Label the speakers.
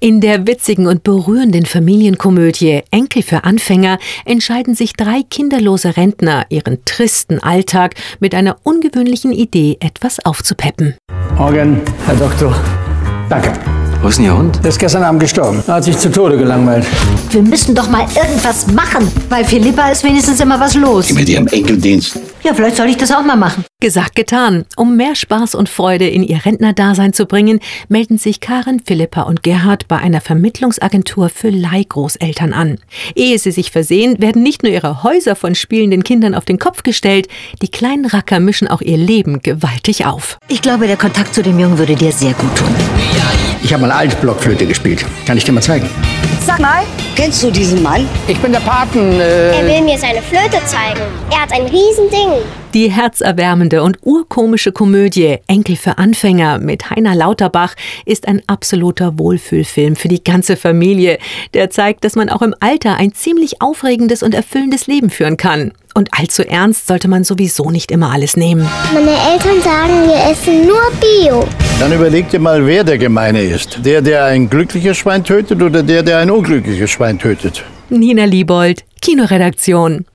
Speaker 1: In der witzigen und berührenden Familienkomödie Enkel für Anfänger entscheiden sich drei kinderlose Rentner, ihren tristen Alltag mit einer ungewöhnlichen Idee etwas aufzupeppen.
Speaker 2: Morgen, Herr Doktor. Danke.
Speaker 3: Wo ist denn Ihr Hund?
Speaker 2: Er ist gestern Abend gestorben. Er hat sich zu Tode gelangweilt.
Speaker 4: Wir müssen doch mal irgendwas machen, weil Philippa ist wenigstens immer was los.
Speaker 5: mit ihrem Enkeldienst.
Speaker 4: Ja, vielleicht soll ich das auch mal machen.
Speaker 1: Gesagt, getan. Um mehr Spaß und Freude in ihr Rentnerdasein zu bringen, melden sich Karen, Philippa und Gerhard bei einer Vermittlungsagentur für Leihgroßeltern an. Ehe sie sich versehen, werden nicht nur ihre Häuser von spielenden Kindern auf den Kopf gestellt, die kleinen Racker mischen auch ihr Leben gewaltig auf.
Speaker 4: Ich glaube, der Kontakt zu dem Jungen würde dir sehr gut tun.
Speaker 2: Ich habe mal Altblockflöte gespielt. Kann ich dir mal zeigen?
Speaker 6: Sag mal, kennst du diesen Mann?
Speaker 2: Ich bin der Paten.
Speaker 7: Er will mir seine Flöte zeigen. Er hat ein Riesending.
Speaker 1: Die herzerwärmende und urkomische Komödie Enkel für Anfänger mit Heiner Lauterbach ist ein absoluter Wohlfühlfilm für die ganze Familie. Der zeigt, dass man auch im Alter ein ziemlich aufregendes und erfüllendes Leben führen kann. Und allzu ernst sollte man sowieso nicht immer alles nehmen.
Speaker 7: Meine Eltern sagen, wir essen nur Bio.
Speaker 8: Dann überleg dir mal, wer der Gemeine ist. Der, der ein glückliches Schwein tötet oder der, der ein unglückliches Schwein tötet.
Speaker 1: Nina Liebold, Kinoredaktion.